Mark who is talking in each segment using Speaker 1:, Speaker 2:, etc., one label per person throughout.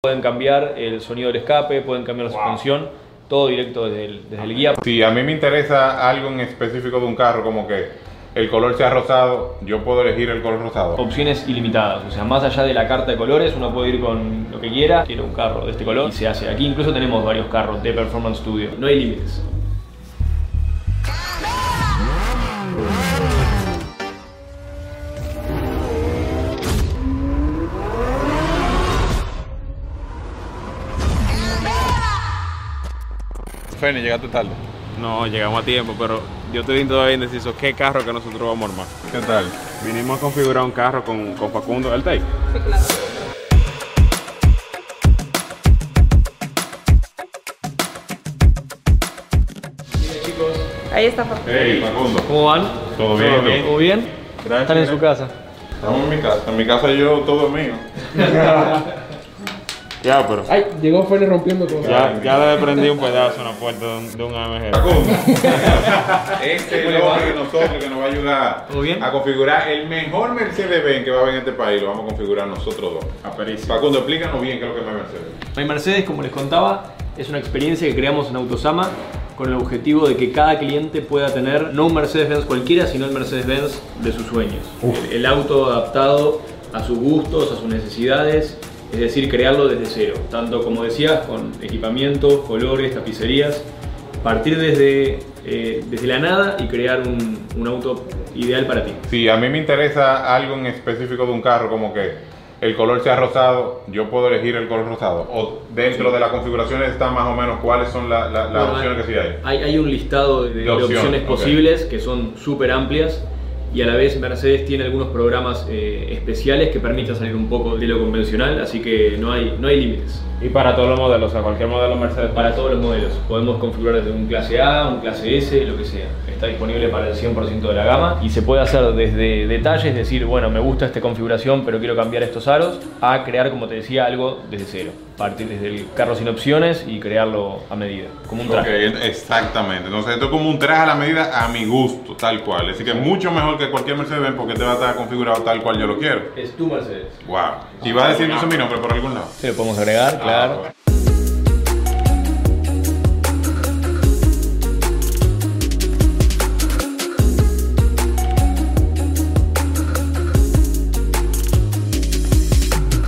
Speaker 1: Pueden cambiar el sonido del escape, pueden cambiar la suspensión, todo directo desde el, desde el guía.
Speaker 2: Si a mí me interesa algo en específico de un carro, como que el color sea rosado, yo puedo elegir el color rosado.
Speaker 1: Opciones ilimitadas, o sea, más allá de la carta de colores, uno puede ir con lo que quiera. Quiero un carro de este color y se hace. Aquí incluso tenemos varios carros de Performance Studio. No hay límites.
Speaker 3: Feni, llegaste tarde.
Speaker 4: No, llegamos a tiempo, pero yo estoy todavía indeciso qué carro que nosotros vamos a armar.
Speaker 2: ¿Qué tal?
Speaker 4: Vinimos a configurar un carro con, con Facundo, el Take.
Speaker 5: Ahí está Facundo.
Speaker 2: Hey, Facundo.
Speaker 1: ¿Cómo van?
Speaker 2: Todo bien,
Speaker 1: ¿Todo bien?
Speaker 2: loco. Gracias,
Speaker 1: ¿Están en su
Speaker 2: gracias.
Speaker 1: casa?
Speaker 2: Estamos en mi casa. En mi casa yo todo es mío.
Speaker 4: Ya, pero.
Speaker 6: Ay, llegó Ferny rompiendo cosas.
Speaker 4: Ya, ya le prendí un pedazo a una puerta de un, de un AMG.
Speaker 2: Facundo. este es el hombre de nosotros que nos va a ayudar
Speaker 1: ¿Todo bien?
Speaker 2: a configurar el mejor Mercedes-Benz que va a haber en este país. Lo vamos a configurar nosotros dos.
Speaker 4: Aperísimo.
Speaker 2: Facundo, explícanos bien qué es lo que es más Mercedes.
Speaker 1: My Mercedes, como les contaba, es una experiencia que creamos en Autosama con el objetivo de que cada cliente pueda tener no un Mercedes-Benz cualquiera, sino el Mercedes-Benz de sus sueños. El, el auto adaptado a sus gustos, a sus necesidades, es decir, crearlo desde cero. Tanto como decías, con equipamientos, colores, tapicerías, partir desde, eh, desde la nada y crear un, un auto ideal para ti.
Speaker 2: Si a mí me interesa algo en específico de un carro, como que el color sea rosado, yo puedo elegir el color rosado. O dentro de las configuraciones está más o menos cuáles son la- la- las
Speaker 1: Bueno,
Speaker 2: opciones que sí hay.
Speaker 1: Hay, hay un listado de, de
Speaker 2: De
Speaker 1: opciones,
Speaker 2: opciones, ok.
Speaker 1: posibles que son súper amplias y a la vez Mercedes tiene algunos programas eh, especiales que permiten salir un poco de lo convencional, así que no hay, no hay límites
Speaker 4: Y para todos los modelos, o sea, cualquier modelo Mercedes.
Speaker 1: para todos los modelos. Podemos configurar desde un clase A, un clase S, lo que sea. Está disponible para el 100% de la gama y se puede hacer desde detalles, decir, bueno, me gusta esta configuración, pero quiero cambiar estos aros, a crear, como te decía, algo desde cero. Partir desde el carro sin opciones y crearlo a medida, como un
Speaker 2: Ok,
Speaker 1: traje.
Speaker 2: exactamente. Entonces, esto es como un traje a la medida a mi gusto, tal cual. Así que mucho mejor que cualquier Mercedes-Benz porque te va a estar configurado tal cual yo lo quiero.
Speaker 1: Es tu Mercedes.
Speaker 2: Wow. Y va a decir entonces mi nombre por algún lado.
Speaker 1: Se lo podemos agregar, claro.
Speaker 2: Ah,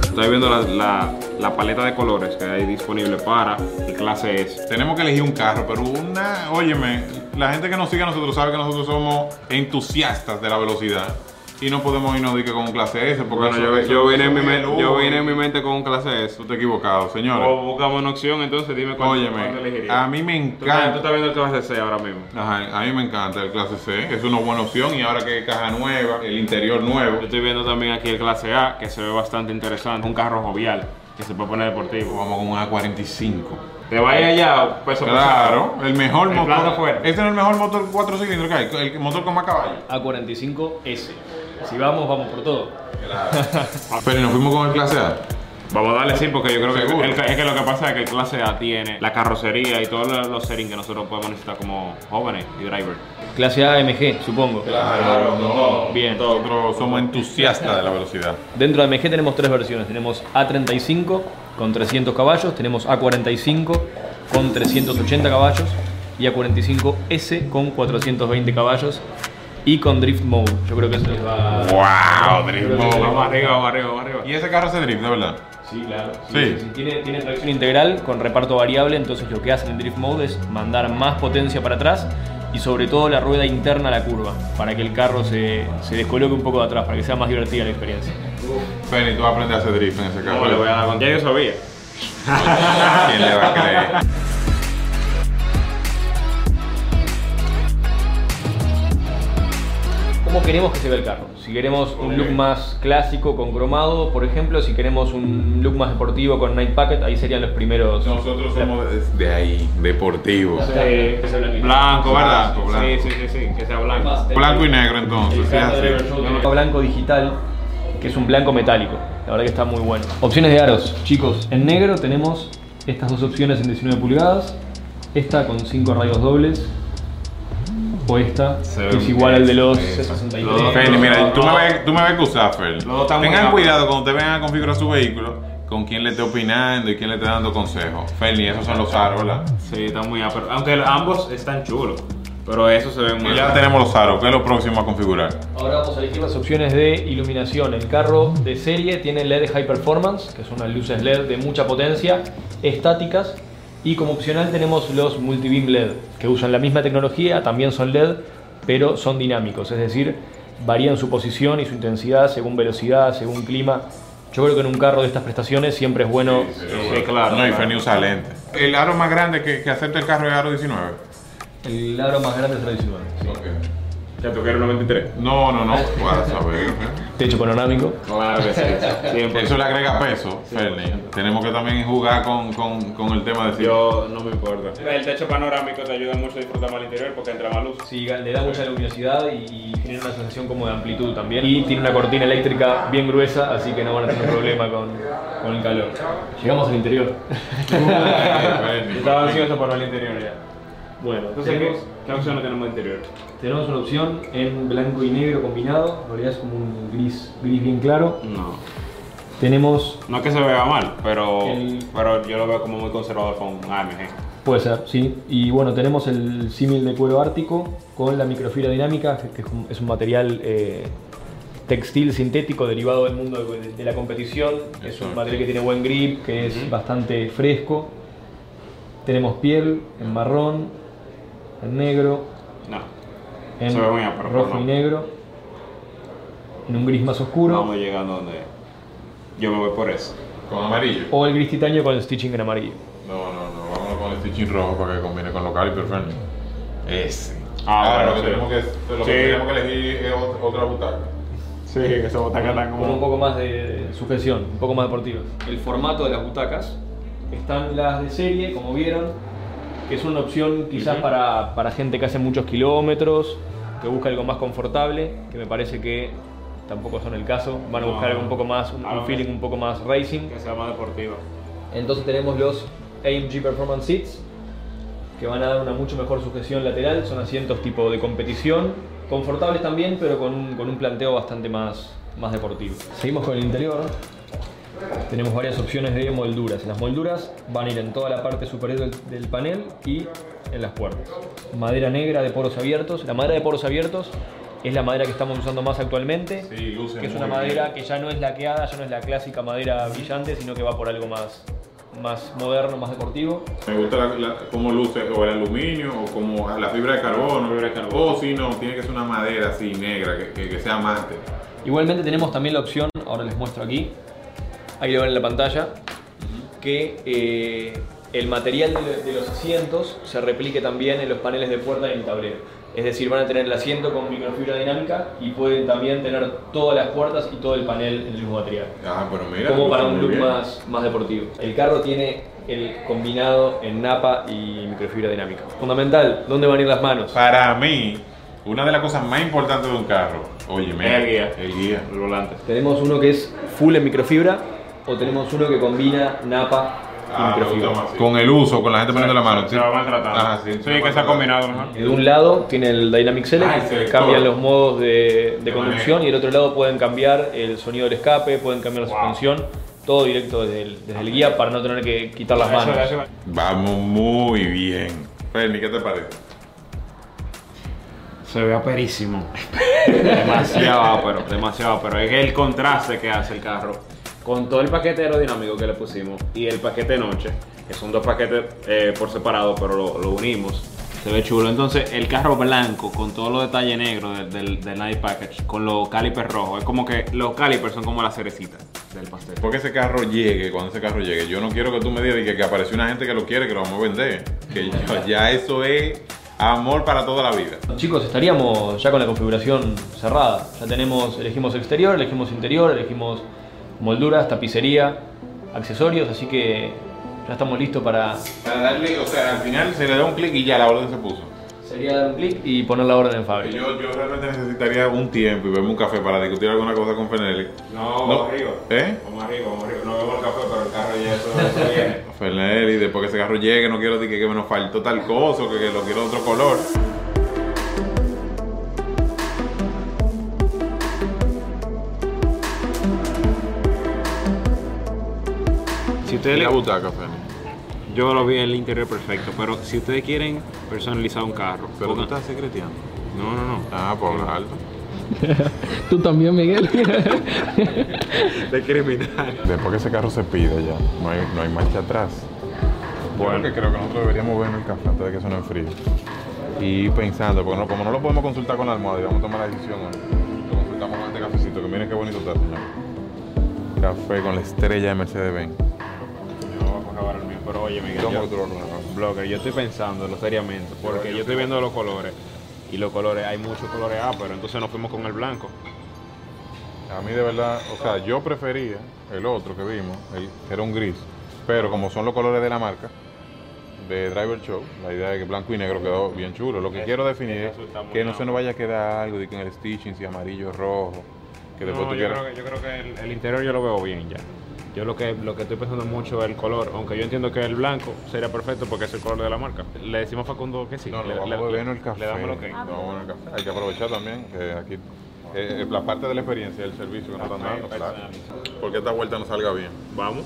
Speaker 4: Estoy viendo la, la- la paleta de colores que hay disponible para el clase S.
Speaker 2: Tenemos que elegir un carro, pero una, óyeme, la gente que nos sigue a nosotros sabe que nosotros somos entusiastas de la velocidad y no podemos irnos de que con un clase S, porque
Speaker 4: Bueno,
Speaker 2: eso-
Speaker 4: yo,
Speaker 2: eso-
Speaker 4: yo,
Speaker 2: eso
Speaker 4: vine en mi
Speaker 2: es muy
Speaker 4: men-
Speaker 2: de lujo.
Speaker 4: yo vine en mi mente con un clase S.
Speaker 2: Tú te has equivocado,
Speaker 4: O
Speaker 2: señores.
Speaker 4: buscamos una opción, entonces dime cuál, cuál
Speaker 2: Óyeme,
Speaker 4: elegirías.
Speaker 2: a mí me
Speaker 4: Tú, estás- tú
Speaker 2: encanta.
Speaker 4: estás viendo el clase C ahora mismo.
Speaker 2: Ajá, a mí me encanta el clase C, es una buena opción y ahora que hay caja nueva, el interior nuevo.
Speaker 4: Yo estoy viendo también aquí el clase A, que se ve bastante interesante. Un carro jovial, que se puede poner deportivo.
Speaker 2: Vamos con un A45.
Speaker 4: Te vaya allá, peso
Speaker 2: Claro, el mejor
Speaker 4: El
Speaker 2: motor.
Speaker 4: plato afuera.
Speaker 2: Este no es el mejor motor cuatro cilindros que hay, el motor con más caballos.
Speaker 1: A45S. Si vamos, vamos por todo.
Speaker 2: Pero nos fuimos con el clase A.
Speaker 4: pesado. Vamos a darle sí, porque yo creo
Speaker 2: Seguro.
Speaker 4: que el- es que lo que pasa es que el clase A tiene la carrocería y todos los- los settings que nosotros podemos necesitar como jóvenes y driver.
Speaker 1: Clase AMG, supongo.
Speaker 2: Claro, no.
Speaker 1: Bien.
Speaker 2: Nosotros somos entusiastas de la velocidad.
Speaker 1: Dentro de AMG tenemos tres versiones. Tenemos A35 con 300 caballos, tenemos A45 con 380 caballos y A45S con 420 caballos y con Drift Mode. Yo creo que eso les va...
Speaker 2: ¡Wow!
Speaker 4: Vamos
Speaker 2: Drift
Speaker 4: arriba, vamos arriba, vamos arriba.
Speaker 2: Y ese carro hace drift, de verdad.
Speaker 1: Sí, claro.
Speaker 2: Sí.
Speaker 1: Tiene, tiene tracción integral con reparto variable, entonces lo que hacen en Drift Mode es mandar más potencia para atrás y sobre todo la rueda interna a la curva, para que el carro se, se descoloque un poco de atrás, para que sea más divertida la experiencia.
Speaker 2: Penny, tú vas a aprender a hacer drift en ese carro.
Speaker 4: No, le voy a dar con- Ya yo sabía.
Speaker 2: ¿Quién le va a creer?
Speaker 1: ¿Cómo queremos que se vea el carro? Si queremos un look más clásico con cromado, por ejemplo, si queremos un look más deportivo con Night Packet, ahí serían los primeros.
Speaker 2: Nosotros somos de- de ahí, deportivos.
Speaker 1: Eh,
Speaker 4: Blanco, ¿verdad?
Speaker 2: Blanco, blanco.
Speaker 4: Sí, sí, sí, sí, que sea blanco.
Speaker 2: Blanco y negro, entonces. sí, así.
Speaker 1: Un blanco digital, que es un blanco metálico. La verdad que está muy bueno. Opciones de aros, chicos. En negro tenemos estas dos opciones en 19 pulgadas. Esta con 5 rayos dobles. O esta,
Speaker 2: Se ve
Speaker 1: que es
Speaker 2: un
Speaker 1: igual al de los
Speaker 2: esa.
Speaker 4: Los dos
Speaker 2: Feli,
Speaker 1: 63.
Speaker 2: mira, tú me ves, tú me ves que usar, Fel.
Speaker 4: Los dos están muy
Speaker 2: Tengan
Speaker 4: rápidos.
Speaker 2: cuidado cuando te vengan a configurar su vehículo, con quién le esté opinando y quién le esté dando consejos. Feli, esos son los aros, ¿verdad?
Speaker 4: Sí, están muy aper- Aunque ambos están chulos. Pero eso se ve muy
Speaker 2: Y ya tenemos los aros, ¿qué es lo próximo a configurar?
Speaker 1: Ahora vamos a elegir las opciones de iluminación. El carro de serie tiene LED High Performance, que son unas luces LED de mucha potencia, estáticas. Y como opcional tenemos los Multibeam LED, que usan la misma tecnología, también son LED, pero son dinámicos, es decir, varían su posición y su intensidad según velocidad, según clima. Yo creo que en un carro de estas prestaciones siempre es bueno
Speaker 4: Sí, claro.
Speaker 2: No, y
Speaker 4: claro.
Speaker 2: Feli usa lentes. El aro más grande que, que acepta el carro es el aro 19.
Speaker 1: el aro más grande es el 19.
Speaker 4: Ya tú quieres 93.
Speaker 2: No, no, no, para saber.
Speaker 1: Techo panorámico.
Speaker 4: Claro que sí.
Speaker 2: Eso
Speaker 4: 100%.
Speaker 2: le agrega peso, Fernie. Tenemos que también jugar con, con- con el tema de si
Speaker 4: Yo no me importa.
Speaker 3: El techo panorámico te ayuda mucho a disfrutar más el interior porque entra más luz.
Speaker 1: Sí, le da mucha luminosidad y, y genera una sensación como de amplitud también. Y tiene una cortina eléctrica bien gruesa, así que no van a tener problema con, con el calor. Llegamos al interior.
Speaker 2: Fernie,
Speaker 3: Estaba
Speaker 2: por fin.
Speaker 3: ansioso por el interior ya.
Speaker 1: Bueno,
Speaker 4: Entonces, ¿qué,
Speaker 1: tenemos,
Speaker 4: qué opción no tenemos de interior?
Speaker 1: tenemos una opción en blanco y negro combinado. En realidad es como un gris, gris bien claro.
Speaker 4: No.
Speaker 1: Tenemos,
Speaker 4: No es que se vea mal, pero,
Speaker 1: El-
Speaker 4: pero yo lo veo como muy conservador con AMG.
Speaker 1: puede ser, sí. Y bueno, tenemos el símil de cuero ártico con la microfibra dinámica, que- que es un- es un material... eh, textil sintético derivado del mundo de, de la competición. Es un
Speaker 2: Exacto.
Speaker 1: material que tiene buen grip, que es bastante fresco. Tenemos piel en marrón, en negro,
Speaker 4: No.
Speaker 1: en
Speaker 4: Se ve muy apropos,
Speaker 1: rojo
Speaker 4: ¿no? Ah,
Speaker 1: y negro, en un gris más oscuro.
Speaker 4: Vamos llegando donde. Yo me voy por eso.
Speaker 2: Con amarillo.
Speaker 4: Oh.
Speaker 1: O el gris titanio con el stitching en amarillo.
Speaker 2: No, no, no, vámonos con el stitching rojo para que combine con los calipers, Fernie. Ese.
Speaker 4: Ah,
Speaker 2: Ahora
Speaker 4: bueno,
Speaker 2: lo que
Speaker 4: sí.
Speaker 2: tenemos que, lo que
Speaker 4: Sí.
Speaker 2: tenemos que elegir es ot- otra butaca.
Speaker 4: Sí, que esa butaca tan
Speaker 1: Con un poco más de sujeción, un poco más deportiva. El formato de las butacas están las de serie, como vieron, que es una opción quizás para, para gente que hace muchos kilómetros, que busca algo más confortable, que me parece que tampoco son el caso. Van a
Speaker 4: No.
Speaker 1: buscar algo un poco más, un, un
Speaker 4: Algo
Speaker 1: feeling
Speaker 4: más.
Speaker 1: un poco más racing.
Speaker 4: Que sea más deportiva.
Speaker 1: Entonces tenemos los AMG Performance Seats, que van a dar una mucho mejor sujeción lateral, son asientos tipo de competición, confortables también, pero con un, con un planteo bastante más, más deportivo. Seguimos con el interior. Tenemos varias opciones de molduras. Las molduras van a ir en toda la parte superior del, del panel y en las puertas. Madera negra de poros abiertos. La madera de poros abiertos es la madera que estamos usando más actualmente
Speaker 2: Sí, luce
Speaker 1: que es
Speaker 2: muy
Speaker 1: una
Speaker 2: bien.
Speaker 1: madera que ya no es laqueada, ya no es la clásica madera brillante, sino que va por algo más, más moderno, más deportivo.
Speaker 2: Me gusta la- la- cómo luce, o el aluminio, o como la fibra de carbono. Fibra de carbono. O si no, tiene que ser una madera así negra, que, que- que sea mate.
Speaker 1: Igualmente tenemos también la opción, ahora les muestro aquí, ahí lo ven en la pantalla, que eh, el material de, de los asientos se replique también en los paneles de puerta y en el tablero. Es decir, van a tener el asiento con microfibra dinámica y pueden también tener todas las puertas y todo el panel en el mismo material.
Speaker 2: Ah, pero mira.
Speaker 1: como
Speaker 2: luce
Speaker 1: para un
Speaker 2: muy
Speaker 1: look
Speaker 2: bien.
Speaker 1: más, más deportivo. El carro tiene el combinado en napa y microfibra dinámica. Fundamental, ¿dónde van a ir las manos?
Speaker 2: Para mí, una de las cosas más importantes de un carro, oye, me-
Speaker 4: El guía.
Speaker 2: El guía.
Speaker 4: El volante.
Speaker 1: Tenemos uno que es full en microfibra o tenemos uno que combina napa y
Speaker 2: Ah, me gusta
Speaker 1: microfibra.
Speaker 2: más, sí. Con el uso, con la gente poniendo la mano.
Speaker 4: Se va maltratando.
Speaker 2: Ajá, sí.
Speaker 4: sí,
Speaker 2: se va
Speaker 4: que está
Speaker 2: maltratando.
Speaker 4: combinado mejor.
Speaker 1: De un lado tiene el Dynamic Select,
Speaker 2: Ah, el selector.
Speaker 1: cambian los modos de, de
Speaker 2: De
Speaker 1: conducción
Speaker 2: manejo.
Speaker 1: y del otro lado pueden cambiar el sonido del escape, pueden cambiar la suspensión, todo directo desde el, desde el guía para no tener que quitar las manos.
Speaker 4: Eso, eso.
Speaker 2: Vamos muy bien. Fernie, ¿qué te parece?
Speaker 4: Se ve aperísimo. demasiado pero demasiado pero Es el contraste que hace el carro. Con todo el paquete aerodinámico que le pusimos y el paquete noche, que son dos paquetes eh, por separado, pero lo, lo unimos. Se ve chulo. Entonces, el carro blanco con todos los detalles negros del, del, del Night Package, con los calipers rojos, es como que los calipers son como la cerecita del pastel.
Speaker 2: Porque ese carro llegue, cuando ese carro llegue, yo no quiero que tú me digas de que, que apareció una gente que lo quiere, que lo vamos a vender. Que ya, ya eso es amor para toda la vida.
Speaker 1: Chicos, estaríamos ya con la configuración cerrada. Ya tenemos, elegimos exterior, elegimos interior, elegimos molduras, tapicería, accesorios, así que ya estamos listos para
Speaker 2: Para darle, o sea, al final se le da un clic y ya la orden se puso.
Speaker 1: sería dar un clic y poner la orden en Fabio.
Speaker 2: Yo, yo realmente necesitaría un tiempo y verme un café para discutir alguna cosa con Fenelli.
Speaker 4: No,
Speaker 2: ¿Eh?
Speaker 4: Vamos arriba, vamos arriba. No vemos el café, pero el carro ya eso, viene.
Speaker 2: Fenelli, después que ese carro llegue, no quiero decir que, que me nos faltó tal cosa, que, que lo quiero de otro color.
Speaker 4: Si ustedes
Speaker 2: Y
Speaker 4: le-
Speaker 2: la butaca, Feni.
Speaker 4: yo lo vi el interior perfecto, pero si ustedes quieren personalizar un carro,
Speaker 2: Pero tú
Speaker 4: pongan-
Speaker 2: estás secreteando.
Speaker 4: no, no, no.
Speaker 2: Ah, por hablar alto.
Speaker 6: Tú también, Miguel.
Speaker 4: De criminal.
Speaker 2: Después que ese carro se pide ya, no hay, no hay marcha atrás. Bueno, que creo que nosotros deberíamos ver el café antes de que se nos enfríe. Y ir pensando, porque no- como no lo podemos consultar con la almohada, y vamos a tomar la decisión hoy. Lo consultamos con este cafecito, que miren qué bonito está, señor. Café con la estrella de Mercedes-Benz.
Speaker 4: Yo voy a coger ahora el mío, pero oye, Miguel.
Speaker 2: ¿Cómo
Speaker 4: yo-
Speaker 2: tú lo organizas?
Speaker 4: Blogger, yo estoy pensándolo seriamente, porque
Speaker 2: Oye,
Speaker 4: yo estoy viendo los colores. Y los colores, hay muchos colores A, pero entonces nos fuimos con el blanco.
Speaker 2: A mí de verdad, o sea, yo prefería el otro que vimos, el- que era un gris, pero como son los colores de la marca, de Driver Show, la idea de que blanco y negro quedó bien chulo. Lo que
Speaker 4: Eso-
Speaker 2: quiero definir es
Speaker 4: eso está muy
Speaker 2: que no
Speaker 4: bien.
Speaker 2: se nos vaya a quedar algo de que en el stitching si amarillo, rojo, que después
Speaker 4: No,
Speaker 2: tú
Speaker 4: yo,
Speaker 2: quieras.
Speaker 4: creo que, yo creo que el, el interior yo lo veo bien ya. Yo lo que, lo que estoy pensando mucho es el color, aunque yo entiendo que el blanco sería perfecto porque es el color de la marca. Le decimos a Facundo que sí.
Speaker 2: No,
Speaker 4: le,
Speaker 2: no,
Speaker 4: le-
Speaker 2: vamos bebiendo el café.
Speaker 4: le damos lo que.
Speaker 2: No, bueno, el café. Hay que aprovechar también que aquí eh, la parte de la experiencia, el servicio que nos están dando, claro. Porque esta vuelta no salga bien.
Speaker 4: Vamos.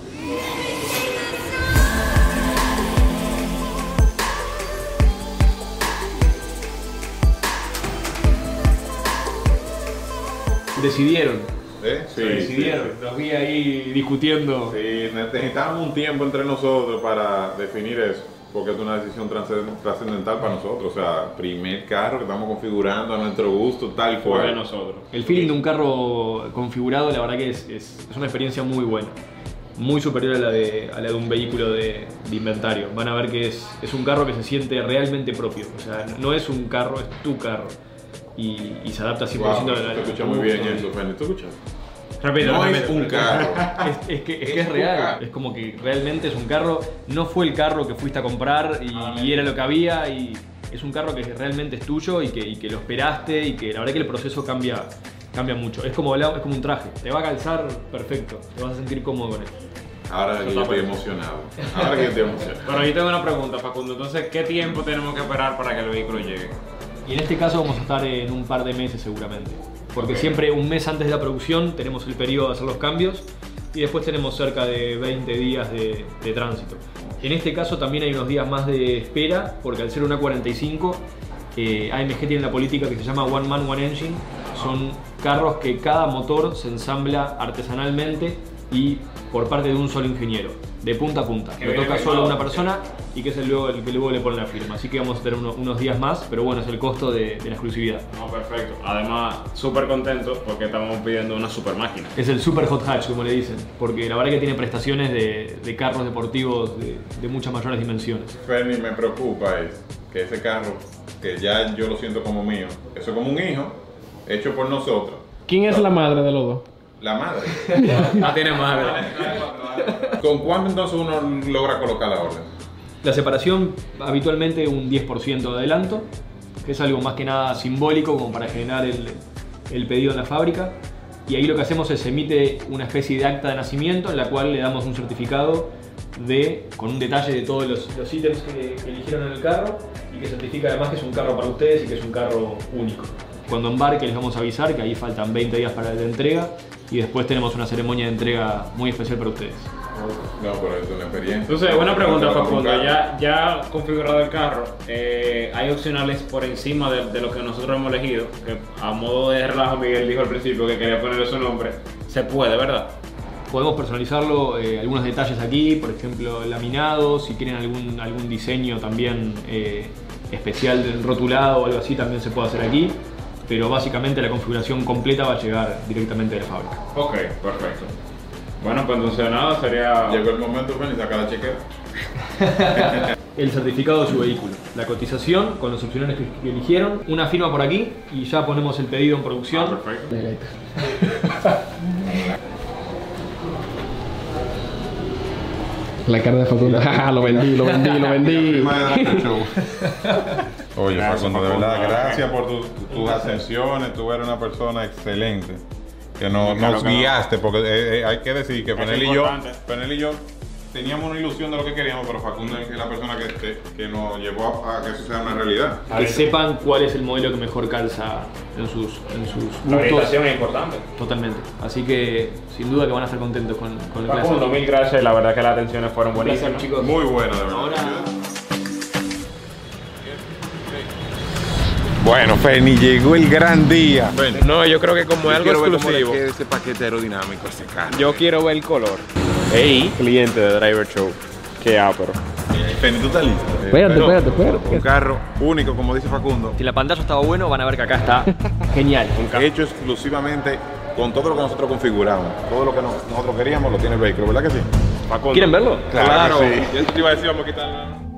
Speaker 1: Decidieron.
Speaker 2: ¿Eh?
Speaker 1: decidieron. Los vi ahí discutiendo.
Speaker 2: Sí, necesitábamos un tiempo entre nosotros para definir eso, porque es una decisión transcend- trascendental para nosotros. O sea, primer carro que estamos configurando a nuestro gusto, tal
Speaker 4: Fue de
Speaker 2: cual.
Speaker 4: nosotros.
Speaker 1: El feeling de un carro configurado, la verdad que es, es- es una experiencia muy buena. Muy superior a la de, a la de un vehículo de, de inventario. Van a ver que es, es un carro que se siente realmente propio. O sea, no es un carro, es tu carro. Y, y se adapta 100%
Speaker 2: Wow,
Speaker 1: a la- Uh,
Speaker 2: te escucha muy
Speaker 1: al
Speaker 2: bien
Speaker 1: gusto.
Speaker 2: eso, Feni. ¿Tú escuchas?
Speaker 4: Rápido,
Speaker 2: no
Speaker 4: rápido.
Speaker 2: es un carro.
Speaker 1: Es, es que, es, que es
Speaker 2: Es tu
Speaker 1: real,
Speaker 2: carro.
Speaker 1: es como que realmente es un carro, no fue el carro que fuiste a comprar y,
Speaker 2: Ah,
Speaker 1: y era lo que había y es un carro que realmente es tuyo y que, y que lo esperaste y que la verdad que el proceso cambia, cambia mucho. Es como, la- es como un traje, te va a calzar perfecto, te vas a sentir cómodo con él.
Speaker 2: Ahora que yo estoy emocionado. Ahora que yo estoy emocionado.
Speaker 4: Pero yo tengo una pregunta, Facundo. Entonces, ¿qué tiempo tenemos que esperar para que el vehículo llegue?
Speaker 1: Y en este caso vamos a estar en un par de meses seguramente, porque siempre un mes antes de la producción tenemos el periodo de hacer los cambios y después tenemos cerca de 20 días de, de tránsito. En este caso también hay unos días más de espera, porque al ser una 45, eh, AMG tiene la política que se llama One Man, One Engine. Son carros que cada motor se ensambla artesanalmente y por parte de un solo ingeniero, de punta a punta.
Speaker 4: Que
Speaker 1: Le
Speaker 4: viene
Speaker 1: toca
Speaker 4: firmado,
Speaker 1: solo a una
Speaker 4: ok.
Speaker 1: persona persona y que es el, luego, el que luego le pone la firma. Así que vamos a tener uno- unos días más, pero bueno, es el costo de, de la exclusividad.
Speaker 4: No, perfecto. Además, súper contentos porque estamos pidiendo una super máquina.
Speaker 1: Es el Super Hot Hatch, como le dicen, porque la verdad que tiene prestaciones de, de carros deportivos de, de muchas mayores dimensiones.
Speaker 2: Ferni, me preocupa es que ese carro, que ya yo lo siento como mío, eso es como un hijo, hecho por nosotros.
Speaker 6: ¿Quién es la madre de los dos?
Speaker 2: La madre.
Speaker 4: No tiene madre.
Speaker 2: ¿Con cuánto entonces uno logra colocar la orden?
Speaker 1: La separación habitualmente un 10% de adelanto, que es algo más que nada simbólico como para generar el, el pedido en la fábrica. Y ahí lo que hacemos es emite una especie de acta de nacimiento en la cual le damos un certificado de, con un detalle de todos los, los ítems que, que eligieron en el carro y que certifica además que es un carro para ustedes y que es un carro único. Cuando embarque les vamos a avisar que ahí faltan 20 días para la entrega y después tenemos una ceremonia de entrega muy especial para ustedes.
Speaker 2: No, pero es una experiencia.
Speaker 4: Entonces, buena pregunta,
Speaker 2: Nunca lo
Speaker 4: Facundo.
Speaker 2: compraron.
Speaker 4: Ya, ya configurado el carro, eh, hay opcionales por encima de, de lo que nosotros hemos elegido. Que a modo de relajo, Miguel dijo al principio que quería ponerle su nombre. Se puede, ¿verdad?
Speaker 1: Podemos personalizarlo, eh, algunos detalles aquí, por ejemplo, laminado, si quieren algún, algún diseño también eh, especial rotulado o algo así, también se puede hacer aquí. Pero básicamente la configuración completa va a llegar directamente de la fábrica.
Speaker 4: Ok, perfecto. Bueno, pues entonces nada, sería.
Speaker 2: Llegó el momento, Ferni, saca la chequera.
Speaker 1: El certificado de su vehículo, la cotización con los opcionales que, que eligieron, una firma por aquí y ya ponemos el pedido en producción.
Speaker 4: Ah, perfecto.
Speaker 6: La cara de Facundo. Ah, lo vendí, lo vendí, lo vendí.
Speaker 2: Oye,
Speaker 4: Gracias,
Speaker 2: Facundo, de
Speaker 4: Facundo.
Speaker 2: verdad, gracias por tu- tu- tus ascensiones. Tú eres una persona excelente. Que no-
Speaker 4: Claro
Speaker 2: nos
Speaker 4: que no.
Speaker 2: guiaste, porque eh, eh, hay que decir que Penel y, yo,
Speaker 4: importante.
Speaker 2: Penel y yo teníamos una ilusión de lo que queríamos, pero Facundo es la persona que, te- que nos llevó a, a que eso sea una realidad.
Speaker 3: Ah,
Speaker 1: Que sepan cuál es el modelo que mejor calza en sus, en sus
Speaker 3: La
Speaker 1: gustos.
Speaker 3: orientación es importante.
Speaker 1: Totalmente. Así que sin duda que van a estar contentos con, con el clase.
Speaker 4: Facundo, mil gracias. La verdad que las atenciones fueron buenísimas.
Speaker 1: chicos.
Speaker 2: Muy buena, de verdad.
Speaker 1: Ahora-
Speaker 2: Bueno, Feni, llegó el gran día.
Speaker 4: No, yo creo que como es algo exclusivo,
Speaker 2: ese este paquete aerodinámico ese carro.
Speaker 4: yo quiero ver el color. Ey, cliente de Driver Show. Qué ápero.
Speaker 2: Feni, ¿tú estás listo?
Speaker 6: Espérate, espérate, espérate.
Speaker 2: Un carro único, como dice Facundo,
Speaker 1: Si la pantalla estaba bueno, van a ver que acá está genial.
Speaker 2: hecho exclusivamente con todo lo que nosotros configuramos. Todo lo que nos- nosotros queríamos lo tiene el vehículo, ¿verdad que sí?
Speaker 4: Facundo.
Speaker 1: ¿Quieren verlo?
Speaker 2: Claro, que sí.
Speaker 3: Yo te iba a decir, vamos a quitarlo.